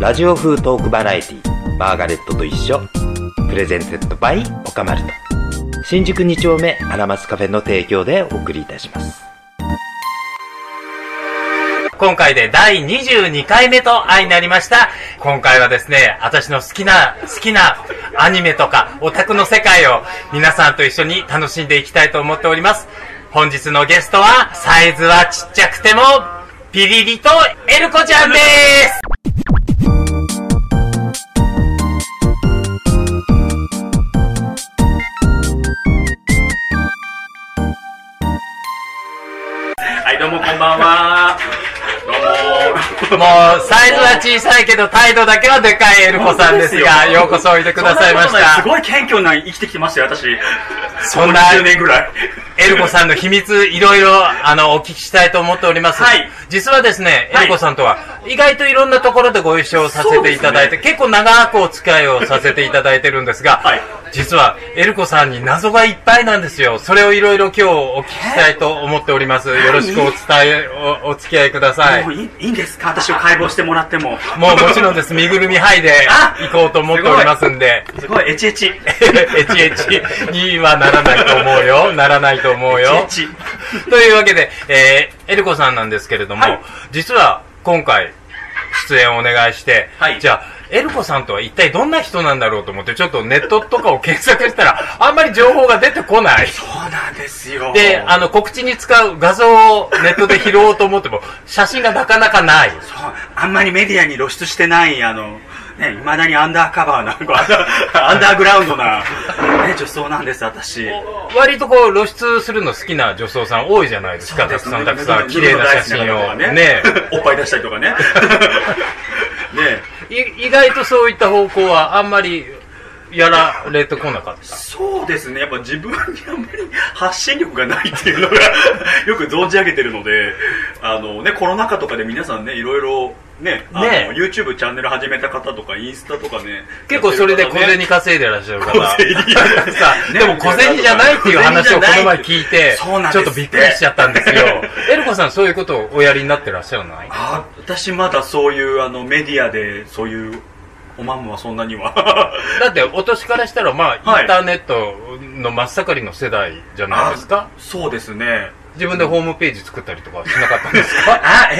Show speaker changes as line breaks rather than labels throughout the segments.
ラジオ風トークバラエティマーガレットと一緒プレゼンテッドバイオカマルと新宿2丁目アナマスカフェの提供でお送りいたします今回で第22回目と愛になりました。今回はですね、私の好きな、好きなアニメとかオタクの世界を皆さんと一緒に楽しんでいきたいと思っております。本日のゲストは、サイズはちっちゃくても、ピリリとエルコちゃんです
はい、どうもこんばんは。どう
もう、サイズは小さいけど態度だけはでかいエルコさんですが、
本当ですよ
ようこそおいでくださいまし
そんなことなす
た。
ごい謙虚な生きてきてましたよ、私。
そんな
10年ぐらい。
エルコさんの秘密、いろいろ、あの、お聞きしたいと思っております。
はい
実はですね、エ
はい
ルコさんとは、意外といろんなところでご一緒させていただいて、
そうです
結構長くお付き合いをさせていただいてるんですが、
はい
実は、エルコさんに謎がいっぱいなんですよ。それをいろいろ今日お聞きしたいと思っております。よろしくお伝え、お、お付き合いくだ さい
もう。いいいいんですか私を解剖してもらっても。
もうもちろんです。身ぐるみハイで行こうと思っておりますんで。
すごい、エチエチ。エ
エチエチにはならないと思うよ。ならないと思うよ。
チエ チ。
というわけで、えー、エルコさんなんですけれども、
はい
実は今回、出演をお願いして、
はい
じゃあ、エルコさんとは一体どんな人なんだろうと思って、ちょっとネットとかを検索したら、あんまり情報が出てこない。
そうなんですよ。
で、あの、告知に使う画像をネットで拾おうと思っても、写真がなかなかない。
そうあんまりメディアに露出してない、あの、ね、未だにアンダーカバーな、こうアンダーアンダーグラウンドな、ね、女装なんです、私。
割とこう露出するの好きな女装さん多いじゃないですか、たくさんたくさん綺麗な写真をね
ね。おっぱい出したりとか ね。ね
い意外とそういった方向はあんまりやられてこなかった
そうですね。やっぱ自分にあんまり発信力がないっていうのが よく存じ上げてるので、あのね、コロナ禍とかで皆さんね、いろいろね、あの
ね
YouTube チャンネル始めた方とか、インスタとかね。
結構それで小
やって
銭
る
稼いでらっしゃる方
小 銭
さあでも小銭じゃないっていう話をこの前聞いて
そうなん
ち
です
ょって
っ
とびっくりしちゃったんですよ エルコさんそういうことをおやりになってらっしゃるのはい
あー私まだそういうあのメディアでそういうおまんまはそんなには
だってお年からしたらまあ
はい
インターネットの真っ盛りの世代じゃないですか
そうですね
自分でホームページ作ったりとかはしなかったんですか
あえ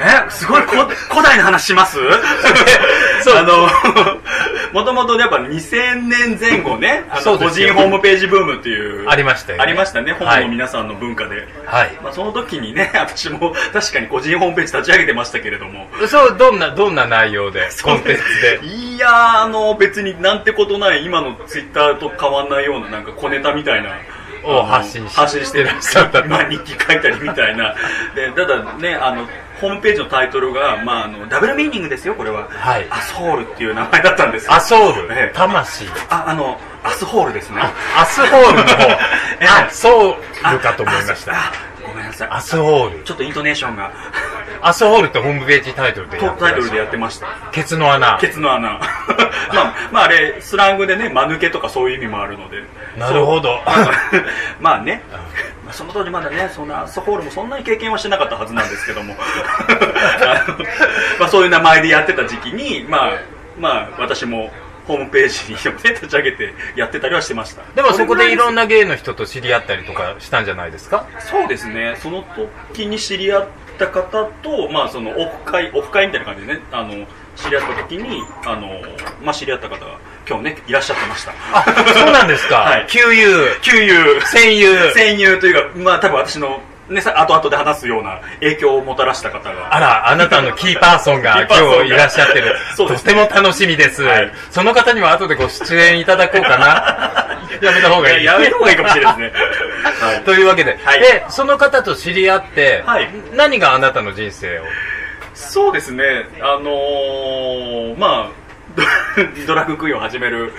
ー、えすごいこ古代の話します
そう
あの もともとやっぱ2000年前後ねあ
そう
の
で
個
すよ
人ホームページブームっていう
ありましたよね
ありましたね本
はい
の皆さんの文化で、
はい
まあ、その時にね 私も確かに個人ホームページ立ち上げてましたけれども
そう、どんな、どんな内容で、コンテンツで。
いやーあの別になんてことない今のツイッターと変わんないようななんか小ネタみたいな
を
あの
発信し
発信してる
らっしゃったと
まあ日記書いたりみたいな でただねあのホームページのタイトルが、まあ、あのダブルミーニングですよこれは、
はい
アソールっていう名前だったんですよ
アソール
え、え
魂。
ああのアスホールですね、
アスホールの方
ええ
アソールかと思いまし
あ
た。
あごめんなさい
アスホール。
ちょっとイントネーションが
アスホールってホームページタイトルで
ト
や
ッ
っ
プ
てら
タイ
っ
ト
しゃ
ルで
る
やってました
ケツの穴。
ケツ の穴まあ、まあ、あれスラングでね間抜けとかそういう意味もあるので
なるほど。
そう まあねまあその当時まだねそんなアスホールもそんなに経験はしてなかったはずなんですけども あのまあそういう名前でやってた時期にまあまあ私もホームページに、ね、立ち上げてやってたりはしてました
でもそこでいろん
な
な芸の人と知り合ったりとかしたんじゃないですか
そうですねその時に知り合った方とまあそのオフ会オフ会みたいな感じでねあの知り合った時にあのまあ知り合った方が今日ねいらっしゃってました
あ、そうなんです
は
か
い。
旧友、
旧友
戦友。
戦友というか、まあ多分私の、ね、さ後々で話すような影響をもたらした方が。
あら、あなたのキーパーソンが
キーパーソンが
今日いらっしゃってる。
そう
と
です
ても楽しみです、
はい
その方には後でご出演いただこうかな。 やめた方がいい。
ややめた方がいいかもしれない ですね。はい
というわけで、
はい
で、その方と知り合って、
はい
何があなたの人生を
そうですね、あのー、まあ、 ドドラッグ食いを始める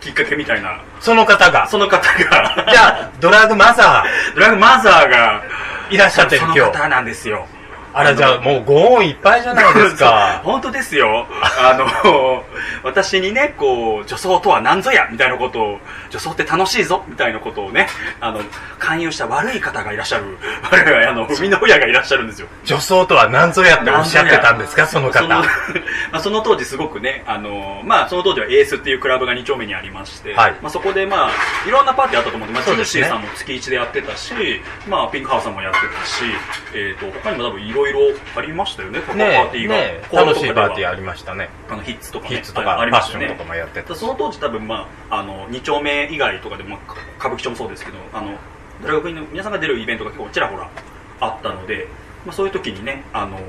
きっかけみたいな、
その方が。
その方が、
じゃあ、ドラッグマザ
ドラッグマザーが
ーいらっしゃってる
その
今日。
方なんですよ。
あら、じゃあもうご恩いっぱいじゃないですか。
本当ですよ。あの、 私にね、こう、女装とは何ぞや、みたいなことを、女装って楽しいぞ、みたいなことをね、あの、勧誘した悪い方がいらっしゃる、 我々、あの、生みの親がいらっしゃるんですよ。
女装とは何ぞやっておっしゃってたんですか、その
その ま
方。
あ、その当時すごくね、あの、まあ、その当時はエースっていうクラブが2丁目にありまして、
はい
まあ、そこでまあ、いろんなパーティーあったと思うんで、まあ、
そう
ジ
で
ェ
す
シ
ね
ーさんも月1でやってたし、まあ、ピンクハウスさんもやってたし、えっ、と、他にも多分いろいろありましたよね、パー
ね
ティ
え、
ーが。
ねえ
ホール
楽
と
し
か
い
では
パーティーありましたね。
あのヒッツとか、
ヒ
ね、
ッツとか、
あり
ファ
ま
ッ
し
シ
た
ョ
ね
ンとかもやってたし。
その当時多分まああの2丁目以外とかでもか歌舞伎町もそうですけどあの大学院の皆さんが出るイベントが結構ちらほらあったので、まあ、そういう時にねあの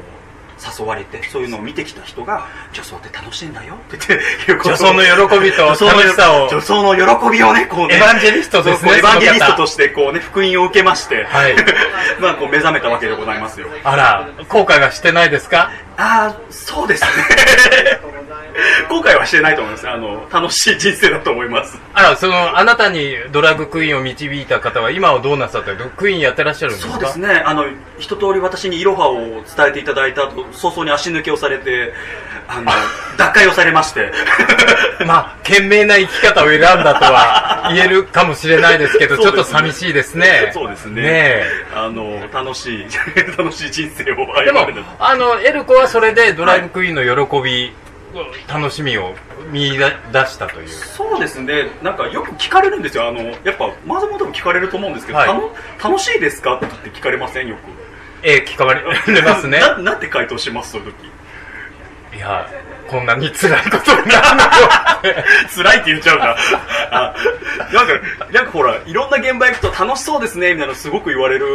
誘われてそういうのを見てきた人が「女装って楽しいんだよ」って言っていうことを
女装の喜びと楽しさを
女装の喜びをねこうね
エヴァンジェリストですね
そうこうエヴァンジェリ
そ
ス
の
ト
方
としてこうね福音を受けまして、
はい
まあこう目覚めたわけでございますよ
あら、後悔はしてないですか
ああそ うですね後悔はしてないと思いますあの楽しい人生だと思います
あら、その、あなたにドラッグクイーンを導いた方は、今はどうなさってるクイーンやってらっしゃるんですか
そうですねあの一通り私にいろはを伝えていただいた後早々に足抜けをされて あの脱会をされまして
まあ、賢明な生き方を選んだとは言えるかもしれないですけど、ちょっと寂しいですね。
そうですね
ね
あの楽しい 楽しい人生を
えで
歩
も
まれた、
あの、エルコはそれでドラッグクイーンの喜び、楽しみを見出したという。
そうですねなんかよく聞かれるんですよあのやっぱマザモンでも聞かれると思うんですけど、
はい
たの楽しいですかって聞かれませんよく
ええ、聞かれます ね。
ななんて回答しますそういう時
いや、こんなに辛いことにな るのって。
辛いって言っちゃ うなあなんかなんかほらいろんな現場行くと楽しそうですねみたいなのすごく言われる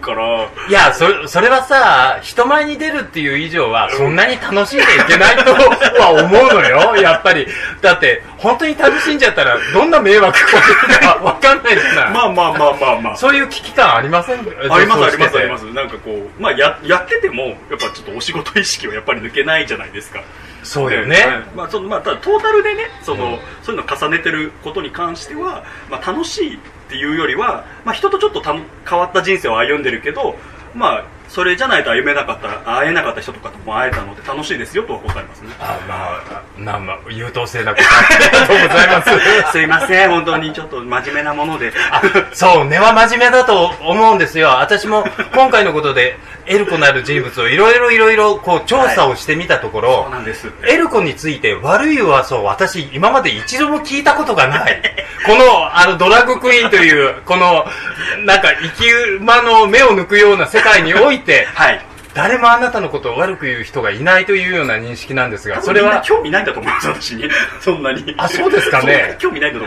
から
いや、そ、それはさ、人前に出るっていう以上は、そんなに楽しんでいけないとは思うのよ、やっぱり。だって、本当に楽しんじゃったら、どんな迷惑かけてるかわかんないじゃない。
まあまあまあまあまあ
そういう危機感ありませんあ。
ありますありますありますすなんかこうまあややっててもやっぱちょっとお仕事意識はやっぱり抜けないじゃないですか
そうよね。
はいまあそのまあただトータルでねその、
うん
そういうのを重ねてることに関してはまあ楽しいっていうよりはまあ人とちょっとたの変わった人生を歩んでるけどまあそれじゃないと歩めなかった会えなかった人とかとも会えたので楽しいですよとは答 えますね
あまあ、まあまあ、優等生なことありがとうございます。
すいません本当にちょっと真面目なもので
あ そう、根は真面目だと思うんですよ。私も今回のことで、エルコなる人物をいろいろいろいろこう調査をしてみたところ、
そうなんです
エルコについて悪い噂を私今まで一度も聞いたことがない。この、あの、ドラッグクイーンという、この、なんか生き馬の目を抜くような世界において、
はい
誰もあなたのことを悪く言う人がいないというような認識なんですが、そ
そ
れ
れは
は、
興味ないんだと思います私に そんなに
あそうですかね
そんな興味ないんだと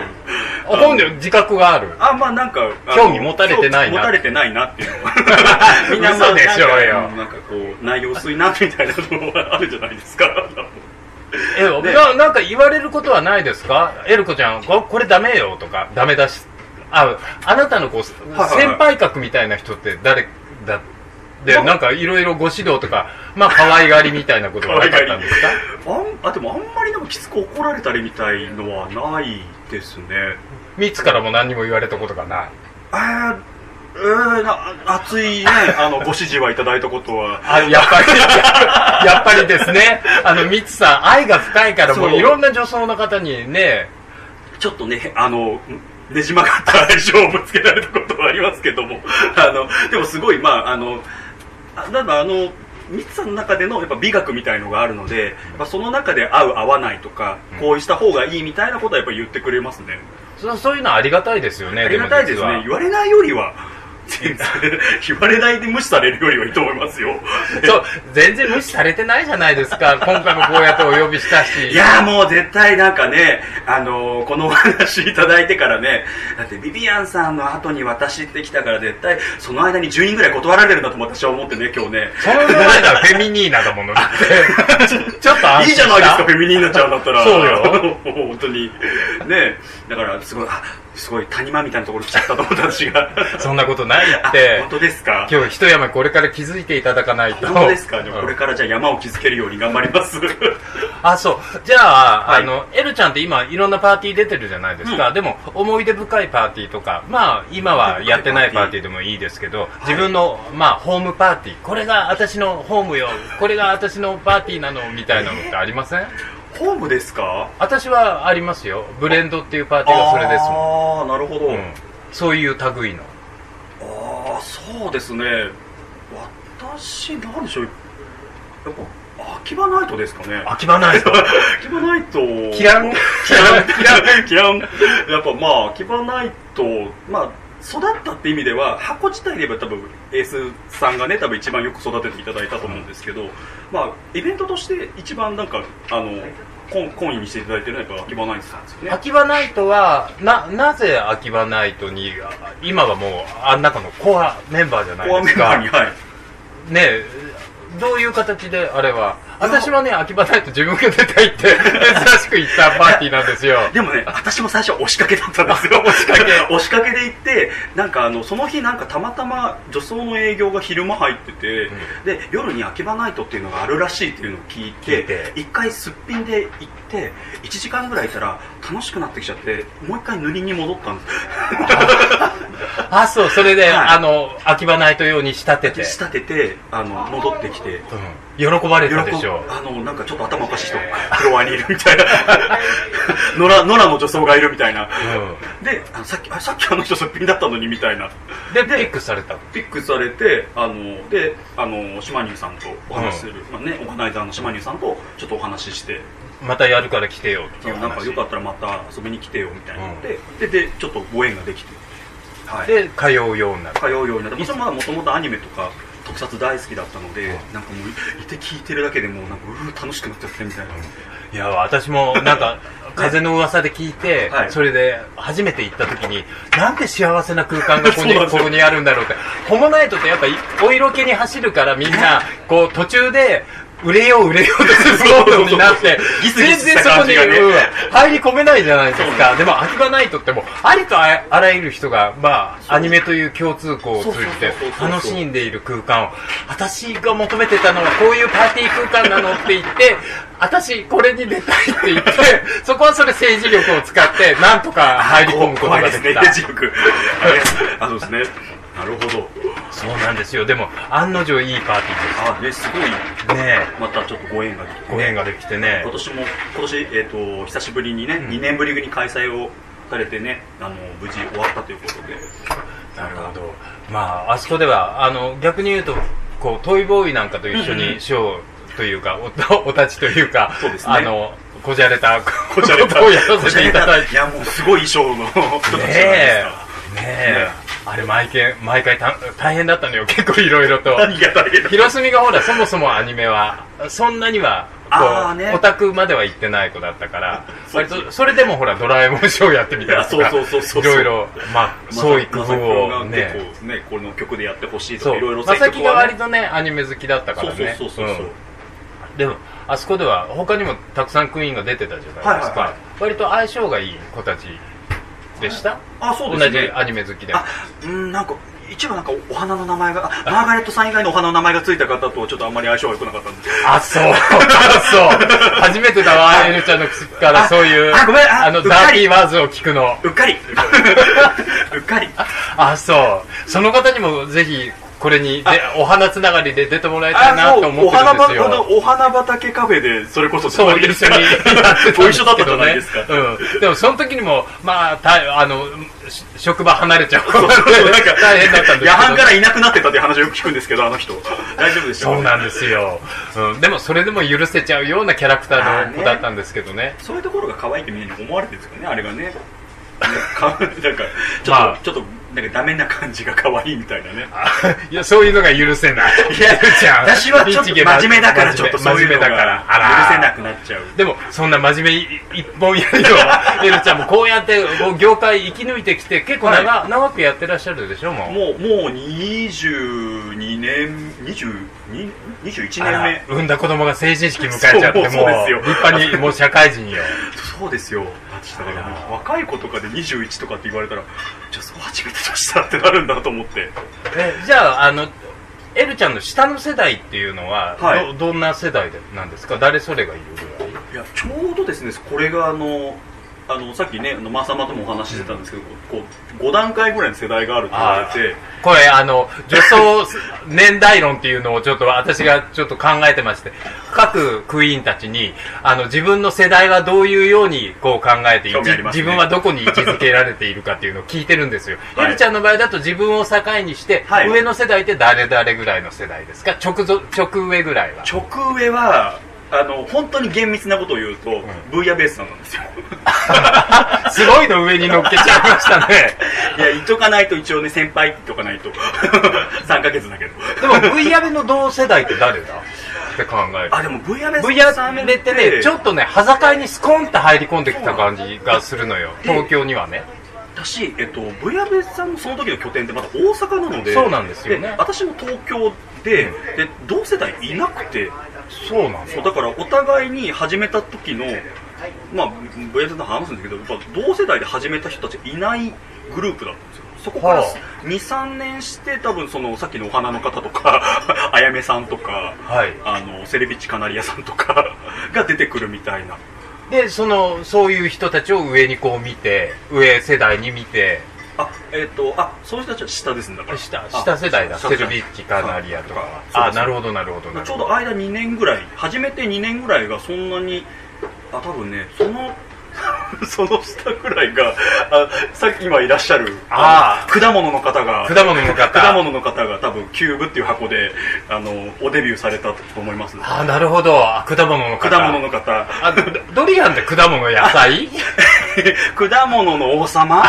思う
本で自覚がある。
あまあなんかあの
興味持たれてないな
持たれてないなっていう のは
嘘でしょうよ
なんかなんかこう内容薄いなみたいなのはあるじゃないですか
え、ななんか言われることはないですかエルコちゃん、ここれダメよとか、ダメだし、あ、あなたのこう、
はいはい
先輩格みたいな人って誰だで、
まあ
なんかいろいろご指導とか、まあ可愛がりみたいなことはなかったんですか
あんあでもあんまりなんかきつく怒られたりみたいのはないですね
ミツからも何にも言われたことがない。
えーえー、な熱いねあのご指示はいただいたこと は
あ、やっぱり、やっぱりですね。あの、ミツさん、愛が深いから、もう
そう
いろんな女装の方にね、
ちょっとね、あの、ねじ曲がった愛情をぶつけられたことはありますけども、 あの、でもすごい、まあ、あの、あなんだあの、ミツさんの中でのやっぱ美学みたいのがあるので、まあ、その中で合う合わないとか、こうした方がいいみたいなことはやっぱ言ってくれますね。
そそういうのはありがたいですよね、
ありがたいです
も実
ね。
は
言われないよりは、全然言われないで無視されるよりはいいと思いま すよ。
そう、全然無視されてないじゃないです か。今回もこうやってお呼びしたし。
いやーもう絶対なんかね、あのーこのお話いただいてからね、だってビビアンさんの後に私って来たから絶対、その間に10人ぐらい断られるんだと私は思ってね、今日ね。
その前だフェミニーナだ ものね。ちょっと安心し
いい
た
じゃないですか、フェミニーナちゃんだったら。
そうよ。
本当に。ねだから、すごい、あすごい谷間みたいなところ来ちゃったと思った私が
そんなことないっ
あ
て
本、当ですか
今日一山これから気づいていただかないと。
本当ですかじゃあこれ
うん
からじゃあ山を築けるように頑張ります
あ、そう。じゃあ、
はい
あの、エルちゃんって今いろんなパーティー出てるじゃないですか。でも、思い出深いパーティーとか、まあ、今はやってないパーティーでもいいですけど、自分の、まあ、ホームパーティー、これが私のホームよ、これが私のパーティーなの、みたいなのってありません
ホームですか
私はありますよ。ブレンドっていうパーティーがそれですもん。
ああなるほど、
うん、そういう類の。
ああそうですね私なんでしょうやっぱ秋葉ナイトですか ね
秋葉ないぞ。
秋葉ナイト
キラン、
キランキランキランやっぱまあ秋葉ナイトまあ育ったって意味では箱自体で言えば多分エースさんがね多分一番よく育てていただいたと思うんですけど、まあイベントとして一番なんかあの懇懇意にしていただいてるのはやっぱ秋葉ナイトさんですよね
秋葉ナイトは、な、なぜ秋葉ナイトに、あ今はもう、あん中のコアメンバーじゃな
コア
いで
メ
す
ンバー
か。
に
ね
はい
え、どういう形で、あれは。私はね、秋葉ナイト自分が出たいって、珍しく行ったパーティーなんですよ。
でもね、私も最初は押しかけだったんですよ。押しかけ。 押しかけで行って、なんかあの、その日なんかたまたま女装の営業が昼間入ってて、
ん
で、夜に秋葉ナイトっていうのがあるらしいっていうのを聞いて、
聞いて
一回すっぴんで行って、1時間ぐらいいたら楽しくなってきちゃって、もう一回塗りに戻ったんです
あ、そう、それで、
はい
あの、秋葉ナイト用に仕立てて、
仕立てて、あの、戻ってきて。
うん、喜ばれ
喜
た
ぶ
でしょう。
あのなんかちょっと頭おかしい人フロアにいるみたいな野良野良の女装がいるみたいな、であのさっきあさっきあの人すっぴんだったのにみたいな
うん、で、ピックされた。
ピックされてあのであの島乳さんとお話しする、まあね、オーガナイザーの島乳さんとちょっとお話しして
またやるから来てよっていう
なんか
話
よかったらまた遊びに来てよみたいな
うん
ので、ででちょっとご縁ができて、はい、
で、通うようになる。
通うようになってもちろんまだもともとアニメとか特撮大好きだったので、なんかもういて聞いてるだけでもうなんかうー楽しくなっちゃってみたいな、
いや私もなん か風の噂で聞いて、
はい
それで初めて行った時になんで幸せな空間がここに
そうなんです
こ
よ
こにあるんだろうってホモナイトってやっぱいお色気に走るからみんなこう途中で売れよう売れようってするモードになって
ギスギ
全
スし
然
た
そこ
感
に、
じがね
うん入り込めないじゃないです
そう
かでも秋葉ナイトってもうありとああらゆる人がま
そ
あ
う
アニメという共通項を通じて
そうそうそうそう
楽しんでいる空間を私が求めてたのはこういうパーティー空間なのって言って私これに出たいって言って そこはそれ政治力を使ってなんとか入り込むことが
怖い
で
ですね
きた、
手 力あそうですねなるほど
そうなんですよでも案の定いいパーテ
あねすごい
ィーですね
またちょっとご縁ができて
ご縁ができてね
今年も今年、えー、と久しぶりにね、2年ぶりに開催をされてねあの無事終わったということで
なるほどまああそこではあの逆に言うとこうトイボーイなんかと一緒
うんう
に
ん
ショーというかおお立ちというか
そうですね
あのこじゃれた
こちらで
ことをやらせていただいて
いやもうすごい衣装の人たちじゃない
ね
です
えね
ね
えあれ毎回毎回た大変だったのよ結構いろいろと
か何が大変だ
広住がほらそもそもアニメはそんなには
あ
こ
ー
う、
ね
オタクまでは行ってない子だったから
そう
割とそれでもほらドラえもんショーやってみたりとか
いやそうそう そうそう
ろいろまあ創意工
まさき
夫
ま
を
さき君が
ね
結構ねこの曲でやってほしいと
そ
かいろいろ
うまさきが割
ね
とねアニメ好きだったか
そう
らね
そうそうそうそう、
うんでもあそこでは他にもたくさんクイーンが出てたじゃないですか、
はいはいは
割と相性がいい子たちでした
あそう
同
です
じ
ね
アニメ好きでも
あうんなんか一部なんかお花の名前があマーガレットさん以外のお花の名前がついた方とはちょっとあんまり相性が良くなかったんで
あ、 そう。あ、そう。初めてだわ、エルちゃんの口からそういう、
あごめんあ
の、
うっか
ダー
り
ティーワーズを聞くの。
う っかりうっかり
あ、そう。その方にもぜひ、これにで、お花つながりで出てもらいたいな
あ
と
そう
思ってるんです
お花ば
よ。
お花畑カフェでそれこそ
そう、一緒にやってたんですけどね。
ご一緒だったじゃないですか、
うん。でも、その時にも、まあ、たあの、し職場離れちゃう。
そうそうなんか
大変だったんですけど。
夜半からいなくなってたっていう話をよく聞くんですけどあの人大丈夫でしょ
そうなんですよ、うん、でもそれでも許せちゃうようなキャラクターの子だったんですけどね
そういうところが可愛いってみんなに思われてるんですかねあれが ねねかなんかちょっと、
まあ
ちょっとなんかダメな感じが可愛いみたいなね
いや、そういうのが許せない。
いや
ゆるちゃん
私はちょっと
律
真
儀な
面目だからちょっとそういう
真面
の
目だから
が
あら
許せなくなっちゃう
でも、そんな真面目い一本やりの、ゆるちゃんもこうやって、こう業界生き抜いてきて、結構長,、長くやってらっしゃるでしょ、もう。
もうもう22年22 21
あ
年
ら
目
産んだ子供が成人式迎えちゃって、
そうそうですよ
もう、立派に、もう社会人よ。
そうですよ私だからもう若い子とかで21とかって言われたらじゃあそう初めてでしたってなるんだと思って
えじゃああのエルちゃんの下の世代っていうのは、
はい
どどんな世代でなんですか誰それがいるぐらい
いやちょうどですねこれがあのあのさっきねあのマサマともお話ししてたんですけど、こう5段階ぐらいの世代があるって言われて
これあの女装年代論っていうのをちょっと私がちょっと考えてまして各クイーンたちにあの自分の世代はどういうようにこう考えてい
興味ありますね
自分はどこに位置づけられているかっていうのを聞いてるんですよ、
はい
エルちゃんの場合だと自分を境にして、
はい
上の世代って誰々ぐらいの世代ですか直属直上ぐら いは
直上はあの本当に厳密なことを言うと、ブイヤベースさんなん ですよ
すごいの上に乗っけちゃいましたね
いや言っとかないと一応ね先輩って言っとかないと 3ヶ月だけど
でも V アベの同世代って誰だって考える
あでもブイヤベース
V
さ
ア
ん
ベってねちょっとね端境にスコンって入り込んできた感じがするのよ東京にはね
私、えっと、ブヤベさんのその時の拠点ってまだ大阪なので
そうなんですよね
私も東京で,、で同世代いなくて
そうなん
そうだからお互いに始めた時のまあブヤベさんと話すんですけどやっぱ同世代で始めた人たちいないグループだったんですよそこから
は
23年して多分そのさっきのお花の方とか あやめさんとか
はい
あのセレビッチカナリアさんとか が出てくるみたいな
でそのそういう人たちを上にこう見て上世代に見て
あえっ、とあそういう人たちは下ですんだから
下
あ
下世代だ
下
セ
世
ル
代
ビッチカナリアとか
はい
あ
そうです
なるほどなるほどなる
ちょ
ほど
うど間2年ぐらい始めて2年ぐらいがそんなにあ多分ねその その下ぐらいがあさっき今いらっしゃる
あ
の果物の方が
果物の方
果物の方が多分キューブっていう箱であのおデビューされたと思います
あなるほどあ果物の方
果物の方
あドドリアンって果物野菜
果物の王様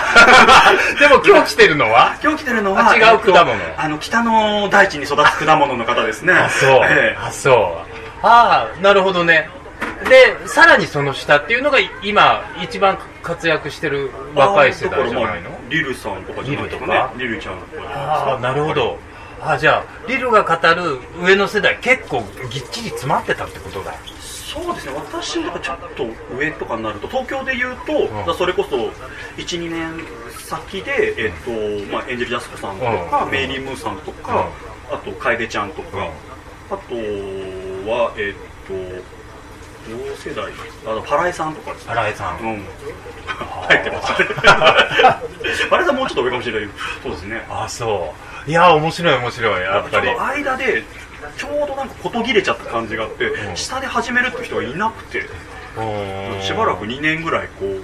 でも今日来てるのは
今日来てるのは
あ違う
えっと
果物
あの北の大地に育つ果物の方ですね
あそう、
ええ
あそうああなるほどねでさらにその下っていうのが今一番活躍してる若い世代じゃないの
あだからまあリルさんとかじゃな
リル
いとか
とか
ねリルちゃんとかじゃないですか
ああなるほどあじゃあリルが語る上の世代結構ぎっちり詰まってたってことだ
そうですね私もだからちょっと上とかになると東京で言うと、だからそれこそ12年先で、えっとまあ、エンジェル・ジャスコさんとか、
うん
メイリー・ムーさんとか、あと楓ちゃんとか、あとはえっと同世代あのパライさんとかですね
新井さん、
うん入って ますねパライさんもうちょっと上かもしれないけどそうですね
ああそういや面白い面白いやっぱり
その間でちょうどなんかこと切れちゃった感じがあって、
ん
下で始めるって人はいなくて
うん
しばらく2年ぐらいこう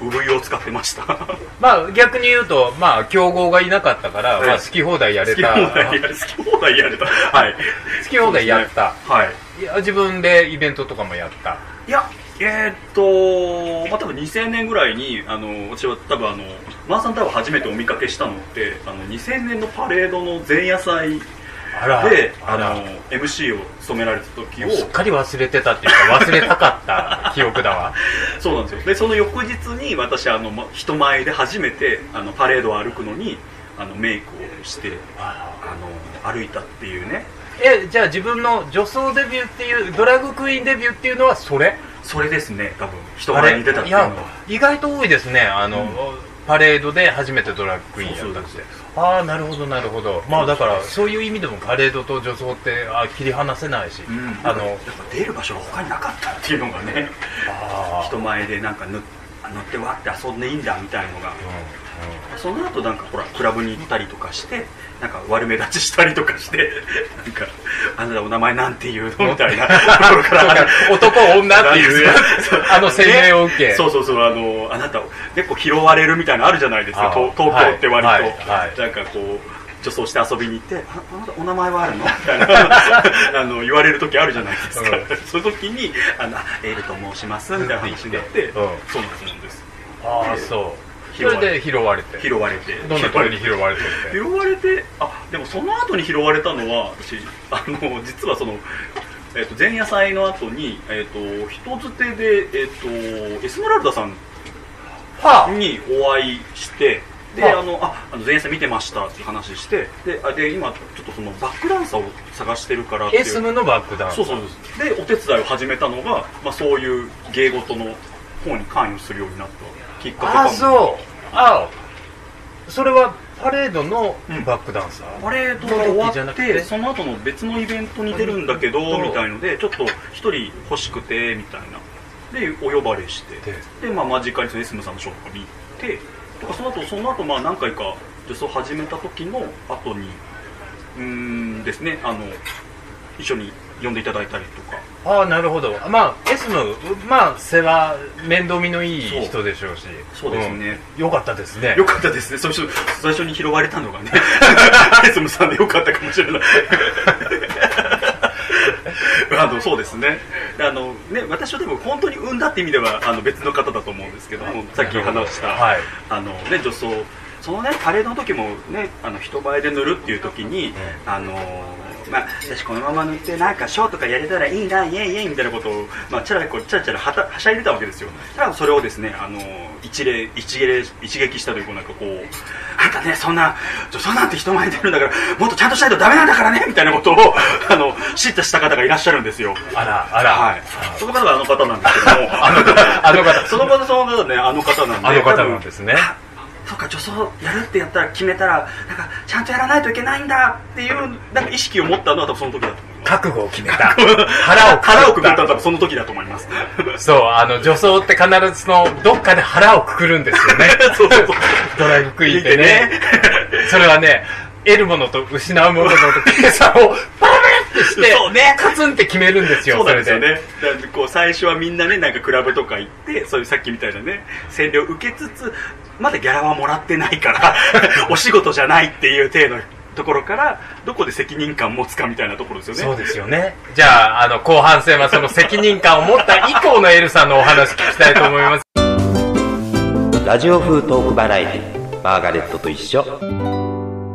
こう産湯を使ってま した好
まあ逆に言うとまあ競合がいなかったから、
ええ
まあ、好き放題やれ
き
た
放題やれ好き放題やれたはい
好き放題やった、
はい
いや自分でイベントとかもやった
いやえー、っとまあ多分2000年ぐらいにあの私は多分あのマーさん多分初めてお見かけしたのってあの2000年のパレードの前夜祭
あら
であ
あら
の MC を務められた時を
すっかり忘れてたっていうか忘れたか った記憶だわ
そうなんですよでその翌日に私あのま人前で初めてあのパレードを歩くのにあのメイクをしてあの歩いたっていうね
えじゃあ自分の女装デビューっていうドラッグクイーンデビューっていうのはそれ
それですね多分人
あ
前
れ
に出たっ
い
ていうの
や
は
意外と多いですねあの、パレードで初めてドラッグクイーンや
そう
った
そ
っ
う
てああなるほどなるほどまあだからそういう意味でもパレードと女装ってあ切り離せないし、
うん
あ
や
の
っぱ出る場所が他になかったっていうのがね
あ
人前でなんか塗っ塗ってわって遊んでいいんだみたいの
ー、うん
が
うん
その後なんかほらクラブに行ったりとかしてなんか悪目立ちしたりとかして なんかあなたお名前なんて言うのみたいなと ころから
男女っていう
そう
あの声明を受け、
ねそうそうそうあのあなた結構拾われるみたいなのあるじゃないですか
あ
東東京って割と、
はいはいはい
なんかこう女装して遊びに行って「ああなたお名前はあるの?」みたい な あの言われる時あるじゃないですか、
う
その時に「あのあエイルと申します」みたいな話になって、
うん
そうなんです
ああそうそ
拾われ
れで拾われて
拾われて
どんなところに拾われてるって
拾われてあでもその後に拾われたのは私あの実はその、えっと前夜祭の後に、えっと人づてで、えっとエスメラルダさん
は
にお会いしてで、
はあ
あのああの前夜見てましたって話してであで今ちょっとそのバックダンサーを探してるからってい
え、
う
スムのバックダウン。
そうそうですでお手伝いを始めたのが、まあ、そういう芸事の方に関与するようになったきっかけかも
あ、そう。あそれはパレードのバックダンサー、
パレードが終
じゃ
わ
な
っ
くて
てその後の別のイベントに出るんだけ
う
ど
ん
みたいのでちょっと一人欲しくてみたいなでお呼ばれしてで、まあ、間近にそのエスムさんのショップに行ってとかその後その後まあ何回か女装を始めた時の後にうーんですねあの一緒に呼んでいただいたりとか
ああなるほどまあエスムまあ世話面倒見のいい人でしょうし
そうですね、
うんよかったですね
よかったですね最初最初に拾われた のがねエスムさんでよかったかもしれないあのそうですねあのね私はでも本当に産んだって意味ではあの別の方だと思うんですけどもさっき話した、
はい
あのね、女装そのねパレードの時もねあの人前で塗るっていう時に、あのまあ、私このまま塗ってなんかショーとかやれたらいいなイエイイエイみたいなことを、まあ、チャラこうチャラチャラはたはしゃいでたわけですよただそれをですねあの一礼一芸一撃したというこうなんかこうあんたねそんな女装なんて人前で塗るんだからもっとちゃんとしないとダメなんだからねみたいなことを あの叱咤した方がいらっしゃるんですよ
あらあら、
はい、その方があの方なんですけども
あの方あの方
その方その方ねあの方なんで
あの方
多分
なんですね
あそうか女装やるってやったら決めたらなんかちゃんとやらないといけないんだっていうなんか意識を持ったのは多分その時だと思います
覚悟を決めた腹を
腹をくぐったのは多分その時だと思います
そうあの女装って必ずそのどっかで腹をくくるんですよね
そうそう
ドライブクイーンってね
聞いてね
それはね得るものと失うものの 計算をパラパラってして
そうね
カツンって決めるんですよ
そうなんですよ
れで
ねだからこう最初はみんなねなんかクラブとか行ってそういうさっきみたいなね洗礼を受けつつまだギャラはもらってないから お仕事じゃないっていう体のところからどこで責任感持つかみたいなところですよね
そうですよね。じゃあ、あの、後半戦はその責任感を持った以降のエルさんのお話聞きたいと思います。
ラジオ風トークバラエティマーガレットと一緒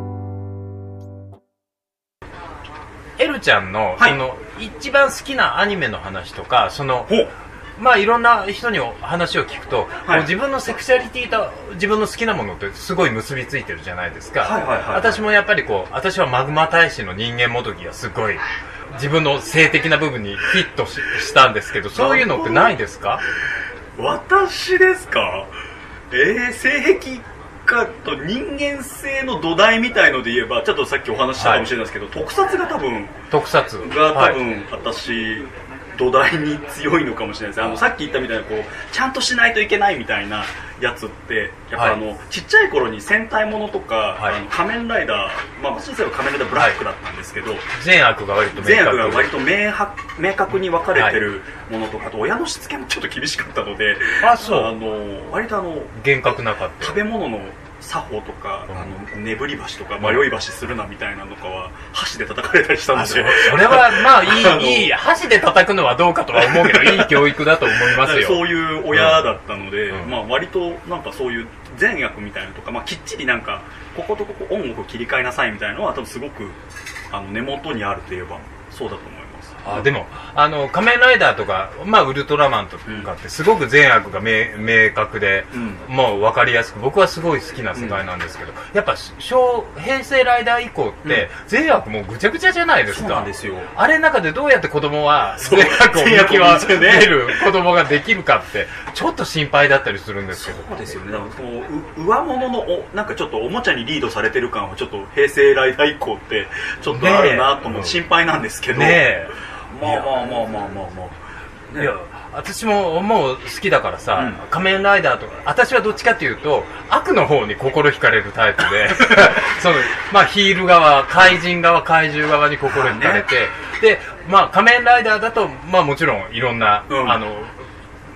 エルちゃんの、
はい
その、一番好きなアニメの話とか、その、
ほう
まあいろんな人にお話を聞くと、
い
こう自分のセクシャリティと自分の好きなものってすごい結びついてるじゃないですか、
はいはいはいはい
私もやっぱりこう私はマグマ大使の人間もどきがすごい自分の性的な部分にフィットししたんですけどそういうのってないですか
私ですかえー、性癖かと人間性の土台みたいので言えばちょっとさっきお話ししたかもしれないですけど、特撮が多分
特撮
が
は
多
い
分、私土台に強いのかもしれないですあのさっき言ったみたいなこうちゃんとしないといけないみたいなやつってやっ
はい
ぱあの、ちっちゃい頃に戦隊ものとか、
はい
あの仮面ライダーまあ私の世代は仮面ライダーブラックだったんですけど、
善悪が割と明確
善悪が割と明白明確に分かれてるものとか、あと親のしつけもちょっと厳しかったので
あそう
あの割とあの
厳格なかった
食べ物の作法とか、
うん
あの眠り橋とか迷い橋するなみたいなのとかは箸で叩かれたりしたんです
そ
よ
れはまあ
あの
いいいい箸で叩くのはどうかとは思うけどいい教育だと思いますよ
そういう親だったので、
うん
まあ、割となんかそういう善悪みたいなのとか、まあ、きっちりなんかこことここオンオフ切り替えなさいみたいなのは多分すごくあの根元にあるといえばそうだと思います
あでもあの仮面ライダーとか、まあ、ウルトラマンとかってすごく善悪が明明確で、
うん
もう分かりやすく僕はすごい好きな世界なんですけど、やっぱ小平成ライダー以降って、善悪もうぐちゃぐちゃじゃないですか
そうなんですよ
あれの中でどうやって子供は
そ
善
う
悪を見極
善悪を見
め
て
る子供ができるか ってちょっと心配だったりするんですけど
そうですよねだからこのう上物のおなんかちょっとおもちゃにリードされてる感はちょっと平成ライダー以降ってちょっとあるな
ね
と思
え
う心配なんですけど、
ねえ
まあまあまあまあまあまあ、ね
いや私ももう好きだからさ、
うん
仮面ライダーとか私はどっちかっていうと悪の方に心惹かれるタイプ でその、まあ、ヒール側怪人側怪獣側に心惹かれて、で、まあ、仮面ライダーだと、まあ、もちろんいろんな、
うん
あの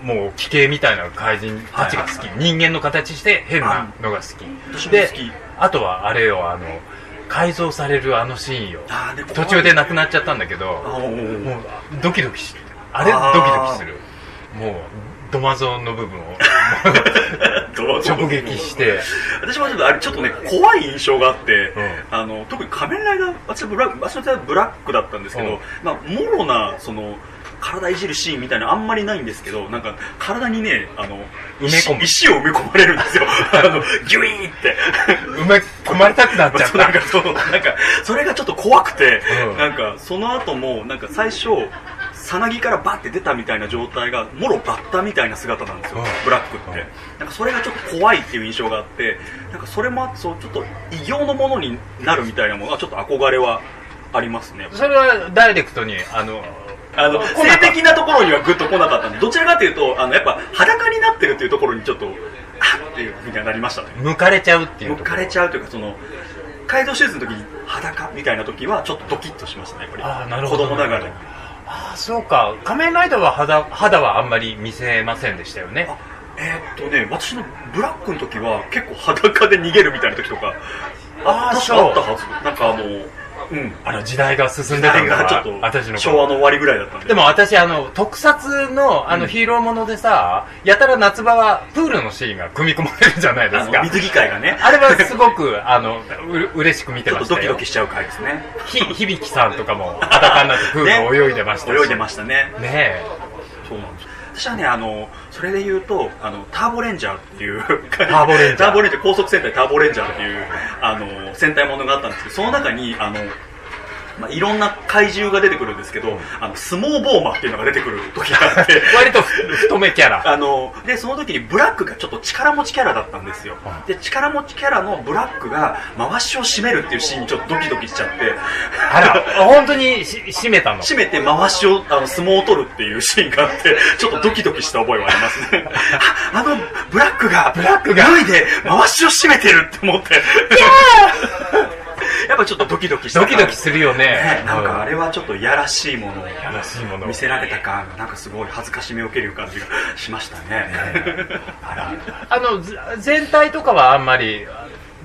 もう奇形みたいな怪人たちが好き、人間の形して変なのが好き、
私も好き
であとはあれよあの改造されるあのシーンよ
あーで怖い
途中でなくなっちゃったんだけど
あおうおう
もうドキドキしてあれ
あー
ドキドキするもうドマゾーンの部分を もう直撃して
私もちょっとあれちょっとね怖い印象があって、
う
あの特に仮面ライダー私はブラック私はブラックだったんですけど、
うん
まあもろなその体いじるシーンみたいなのあんまりないんですけどなんか体にねあの
埋め込む
石石を埋め込まれるん ですよあのギュイーンって
埋め込まれたくなっちゃっ
なん
た
か そうなんかそれがちょっと怖くて、
うん
なんかその後もなんか最初さなぎからバッて出たみたいな状態がもろバッタみたいな姿なんですよ、
うん
ブラックって、
うん
なんかそれがちょっと怖いっていう印象があってなんかそれもあってそうちょっと異形のものになるみたいなものはちょっと憧れはありますね
それはダイレクトにあの
あの
来なか
性
った
的なところにはグッと来なかったんでどちらかというとあのやっぱ裸になってるっていうところにちょっとあっっていうふうにはなりましたね
抜かれちゃうっていう
抜
ところ
かれちゃうというかその街道手術の時に裸みたいな時はちょっとドキッとしましたねやっぱり
あーなるほど
子供ながらに
あそうか仮面ライダーは肌肌はあんまり見せませんでしたよね
あえーっとね私のブラックの時は結構裸で逃げるみたいな時とか
あー
確か
そう
あったはずなんかあのうん
あの時代が進んでたの
なんか
が
ちょっと
私の頃
昭和の終わりぐらいだったんで
でも私あの特撮のあのヒーローものでさ、やたら夏場はプールのシーンが組み込まれるじゃないで
あ
すか
の水着会がね
あれはすごくあのう嬉しく見て
ちょ
ま
っと
した
ドキド
よ
キしちゃう回ですね
ひ響さんとかも裸になってプールを泳いでましたし、
泳いでましたね
ねえ
そうなんです私はねあのそれで言うとあのターボレンジャーっていうタ
ーボレンジャー
ターボレンジャー高速戦隊ターボレンジャーっていうあの戦隊ものがあったんですけどその中にあのまあ、いろんな怪獣が出てくるんですけど、あの相撲ボーマーっていうのが出てくる時があって、
割とふ太めキャラ
あのでその時にブラックがちょっと力持ちキャラだったんですよ
うん
で力持ちキャラのブラックが回しを締めるっていうシーンにちょっとドキドキしちゃって
あら本当にし締めたの
締めて回しをあの相撲を取るっていうシーンがあ ってちょっとドキドキした覚えはありますねああのブラックがブ
ラックが
脱いで回しを締めてるって思って やっぱちょっとドキドキした
ドキドキするよね
ねなんかあ
れ
れはちょっといやらしいものを
やらしいもの
見せられた感がなんかすごい恥ずかしめを受ける感じがしましたねあら
あのず全体とかはあんまり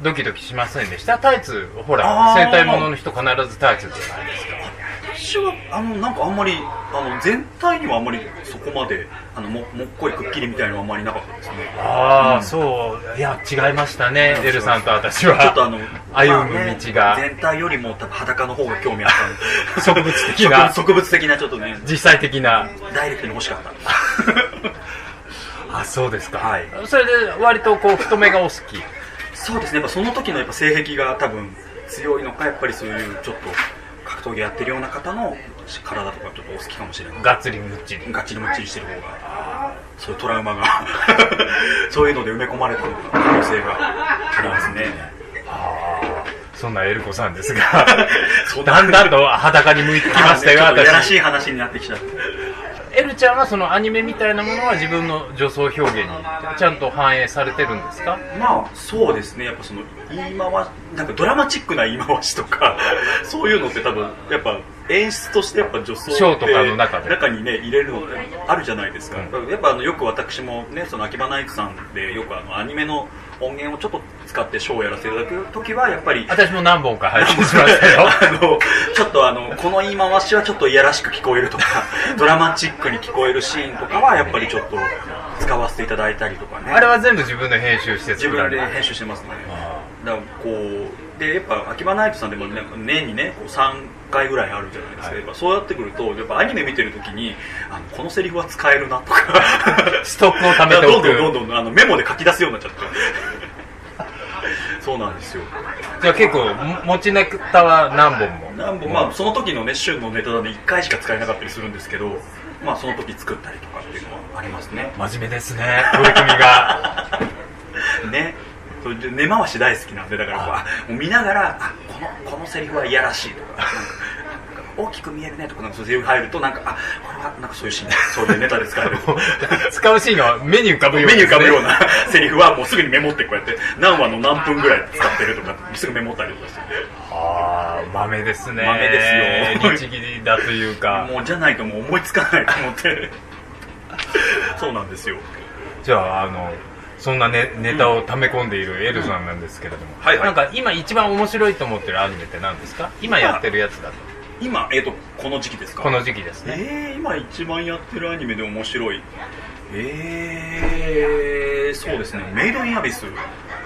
ドキドキしませんでしたタイツほら
あー
戦隊ものの人必ずタイツじゃないですか
私はあのなんかあんまりあの全体にはあんまりそこまであのももっこりくっきりみたいのはあんまりなかったですね
ああ、そういや違いましたねエルさんと私は
ちょっとあの
歩む
まあね
道が
全体よりも多分裸の方が興味 あった
植
んで
物的な
植植物的なちょっとね
実際的な
ダイレクトに欲しかった
あそうですか、
はい
それで割とこう太めがお好き
そうですねやっぱその時のやっぱ性癖が多分強いのかやっぱりそういうちょっと格闘技やってるような方の体とかちょっとお好きかもしれない
がっつりむっちり
ガチリムッチリしてる方がそういうトラウマが そういうので埋め込まれた可能性があります ね
そんなエルコさんですが
そんな
だん だんと裸に向いてきましたよ
あのねちょっといやら
私
しい話になってきちゃって
エルちゃんはそのアニメみたいなものは自分の女装表現にちゃんと反映されてるんですか
まあそうですねやっぱその言い回しなんかドラマチックな言い回しと かそういうのって多分やっぱ演出としてやっぱ女装って
ショーとかの中で
中にね入れるのってあるじゃないですか、
う
やっぱあのよく私もねその秋葉ナイツさんでよくあのアニメの音源をちょっと使ってショーをやらせていただく時はやっぱり
私も何本か拝見しました よ
あのちょっとあのこの言い回しはちょっといやらしく聞こえるとかドラマチックに聞こえるシーンとかはやっぱりちょっと使わせていただいたりとかね
あれは全部自分で編集して
自
作ら
分
れ
で
た
編集してますね
あ
だからこうでやっぱ秋葉ナイトさんでもなんか年にねこう3回ぐらいあるじゃないですか、
はい
やっぱそうやってくるとやっぱアニメ見てる時にあのこのセリフは使えるな とか
ストックを貯めておく
だからどんどんどんどんあのメモで書き出すようになっちゃってそうなんですよ
じゃあ結構も持ちネタは何本も
なんぼまあその時のね旬のネタで1回しか使えなかったりするんですけどまあその時作ったりとかっていうのはありますね
真面目ですね取り組みが
ねそれで根回し大好きなんでだからこう
あ
あもう見ながらあこのこのセリフはいやらしいとかなんかなんか大きく見えるねとかなんかそういうセリフ入るとなんかあこれはなんかそういうシーンだそういうネタで使える
使うシーンが目に浮かぶよう
メ
です
ニ
ね
ューかぶようなセリフはもうすぐにメモってこうやって何話の何分ぐらい使ってるとかすぐメモったりとかして
ああ豆ですね
豆です よ
律儀だというか
もうじゃないともう思いつかないと思ってそうなんですよ
じゃああのそんなネネタを溜め込んでいるエルさんなんですけれども、
はいはい
なんか今一番面白いと思ってるアニメって何ですか今やってるやつだと
今えっ、とこの時期ですか
この時期ですね
えー、今一番やってるアニメで面白いえー、そうですねメイドインアビス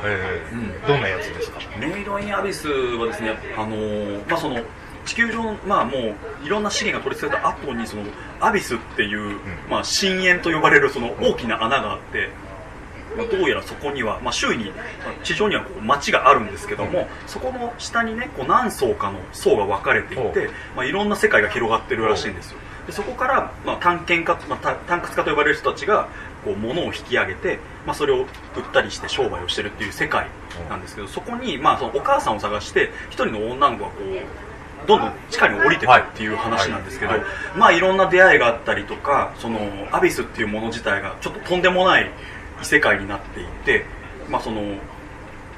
えー
うん
どんなやつですか
メイドインアビスはですねあのーまあその地球上の、まあ、もういろんな資源が取り付けた後にそのアビスっていう、まあ、深淵と呼ばれるその大きな穴があって、まあ、どうやらそこには、まあ、周囲にまあ地上にはこう町があるんですけども、そこの下にねこう何層かの層が分かれていて、まあ、いろんな世界が広がってるらしいんですよでそこから、まあ、探検家、まあ、た探掘家と呼ばれる人たちがこう物を引き上げて、まあ、それを売ったりして商売をしてるっていう世界なんですけどそこに、まあ、そのお母さんを探して一人の女の子がこうどんどん地下に降りてくるっていう話なんですけど、
はいはい
まあいろんな出会いがあったりとかそのアビスっていうもの自体がちょっととんでもない異世界になっていて、まあ、その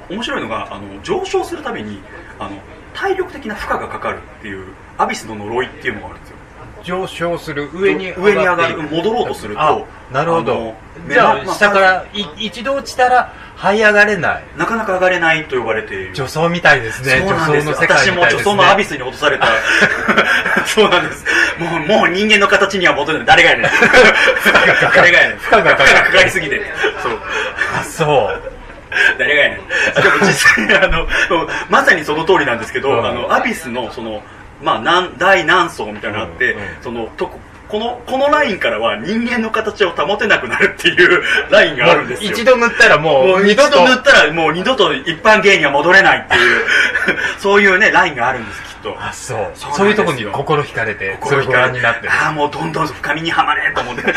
面白いのがあの上昇するたびにあの体力的な負荷がかかるっていうアビスの呪いっていうのがあるんですよ
上昇する上に
上に上が
ってい
る戻ろうとすると
あなるほ
あ
ど
の
じゃ
目
あ
の
下からい一度落ちたら這い上がれない
なかなか上がれないと呼ばれている
女装みたいですね
そう
女
なん
装
です
の
よ
世界
私
み
も
たい
女
です
装のアビ
ね
スに落とされた そうなんですもうもう人間の形には戻れない誰がやねん誰がやねん
負荷がかかる
負荷がかかりすぎてそう
あそう
誰がやねんでも実際あのまさにその通りなんですけど、
うん
あのアビスのその、まあ、なん大何層みたいなのがあって、
うんうん
そのとここのこのラインからは人間の形を保てなくなるっていうラインがあるんですよ
一度塗ったらもう
もう
二
二
度
度
と
と塗ったらもう二度と一般芸人は戻れないっ ていうそういうねラインがあるんですきっと
あそう
そうなんです
そう
よ
いうとこに心惹かれてそれご覧になってる
ああもうどんどん深みにはまれと思って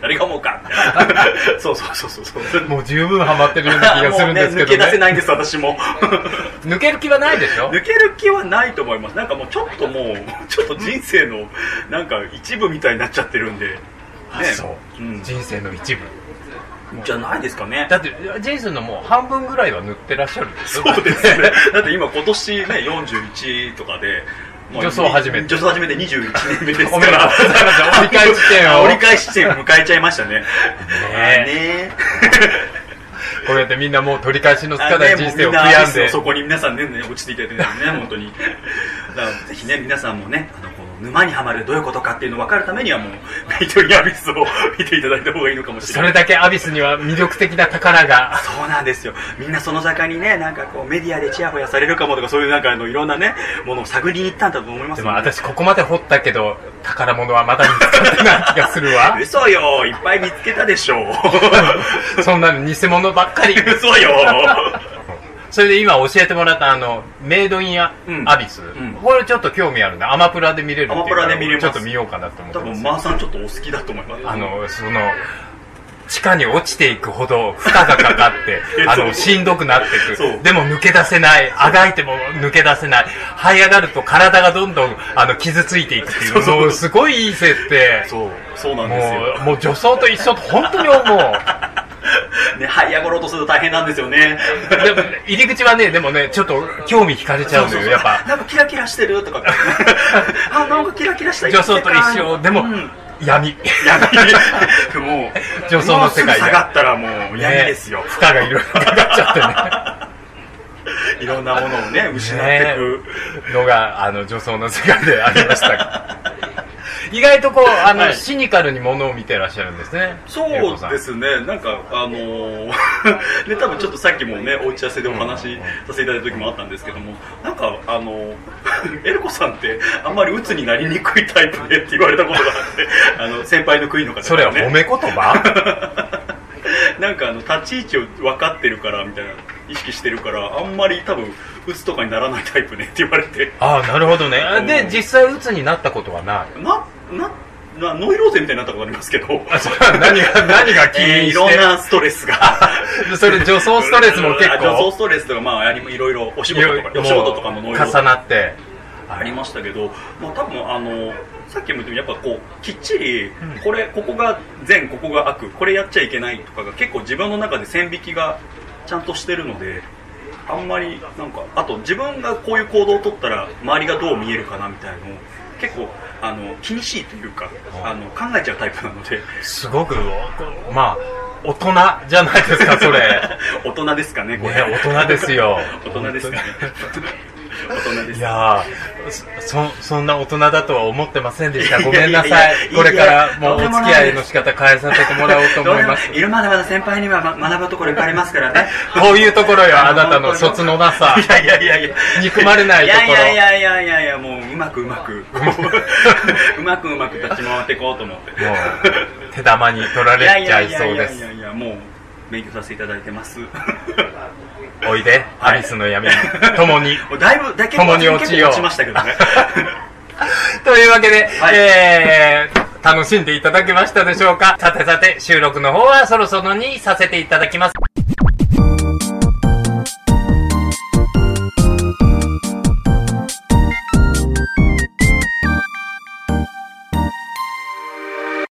誰が思うかみたいなそうそうそうそうそう
もう十分ハマってるような気がするんですけ
もう ね抜け
ど
出せ
ね
ないんです私も
抜ける気はないでしょ
抜ける気はないと思いますなんかもうちょっともうちょっと人生のなんか一部みたいになっちゃってるんで、ね
あそう
うん
人生の一部
じゃないですかね
だってジェイソンのもう半分ぐらいは塗ってらっしゃるん ですよ
そうですね。 だって今今年ね41とかで。まあ
女装始めて
女装始めて21年目です
お
か
めでとう
ら。
ございます折り返し地点を
折り返し地点を迎えちゃいましたね。ね
え
ね
こうやってみんなもう取り返しのつ
あ
かない
ねも
人生を悔
うみんな
やんで
そこに皆さんね、ね落ち着いててね、本当に。だからぜひね、皆さんもね、あのこの沼にはまるどういうことかっていうのを分かるため にはもう、メイトリアビスを見ていただいた方がいいのかもしれ
そ
ない
れ。だけアビスには魅力的な宝 が
そうなんですよみんなその坂にねなんかこうメディアでチヤホヤされるかもとかそういうなんかあのいろんなねものを探りに行ったんだと思います
で
よ
も私ここまで掘ったけど宝物はまだ見つかってない気がする わ
嘘よいっぱい見つけたでし ょ
そんなの偽物ばっかり
嘘よ
それで今教えてもらったあのメイドインア,、
うん
アビス、
ん
これちょっと興味あるんでアマプラで見れるっていう
アマ
か
プラで見れます
ちょっと見ようかなと思って
多
ま
分
す、
マーさんちょっとお好きだと思います
あのその地下に落ちていくほど負荷がかかって
え
あ
そ
の
う
しんどくなってい
そう
くでも抜け出せないあがいても抜け出せない這い上がると体がどんどんあの傷ついていくっていう
そうそう
もうすごいいい設定
そうそうなん
も
ですよ
うもう女装と一緒と本当に思う
ね這い上がろうとすると大変なんですよね
でも入り口はね、でもね、ちょっと興味惹かれちゃうのよ、やっ
あ
ぱ。
なんかキラキラしてると かあなんかキラキラした
女装と一緒、でも
うん、
闇。
闇もう
女装の世界で
もうすぐ下がったらもう闇ですよ、
ね負荷がいろいろかかっちゃ
いろんなものを ね失っていく、
ってね、のが、あの、女装の世界でありました。 意外とこう、あの、
はい
シニカルにものを見てらっしゃるんですね。ゆ
そう
こさん
ですね、なんか、あのー ね、多分ちょっとさっきもね、お打ち合わせでお話しさせていただいた時もあったんですけども、なんか、あのー エルコさんって、あんまり鬱になりにくいタイプでって言われたことがあって、あの 先輩のクイーンの方
それは褒め言葉
なんかあの立ち位置を分かってるからみたいな意識してるからあんまり多分鬱とかにならないタイプねって言われて
ああ、なるほどね。
う
で、
ん
実際、鬱になったことはない。
なななノイローゼみたいになったことありますけど
あ、それは何が、何が起
えー
因
いろ
し
ん
て。
なストレスが
それ、女装ストレスも結
あ女装
構、
ストレスとかまあやりいろいろお仕事とかお仕事とかもノイローゼ
重なって。
ありましたけど、まあ、多分あのさっきも言ったようにやっぱこうきっちりこれここが善ここが悪これやっちゃいけないとかが結構自分の中で線引きがちゃんとしてるのであんまりなんかあと自分がこういう行動をとったら周りがどう見えるかなみたいのを結構あの気にしいというかあの考えちゃうタイプなのです
ごく、まあ、大人じゃない ですか、それ。ね、
大人ですかねこれ
大人ですよ。
大人ですかね大人です
いやーそそそんな大人だとは思ってませんでしたごめんない
や
さ
い
い
やいや
これからもうお
とんで
付
もない
き合いの仕方変えさせてもらおうと思います
どうでもいるまでまだ先輩にはま学ぶところいっぱいありま すからね。
こういうところよあなたの卒のなさ
いやいやいやいや。
憎まれないところ
いやいやいやいやいや、もううまくう まく、こううまくうまく立ち回っていこうと思って。
もう手玉に取られちゃいそうで
い
す
やいやいやいやいや、もう勉強させていただいてます。
おいでアリスの闇に共に
もうだいぶ、だけ
共に落ちよう
結構落ちましたけどね。
というわけで、
はい
えー、楽しんでいただけましたでしょうかさてさて、収録の方はそろそろにさせていただきます。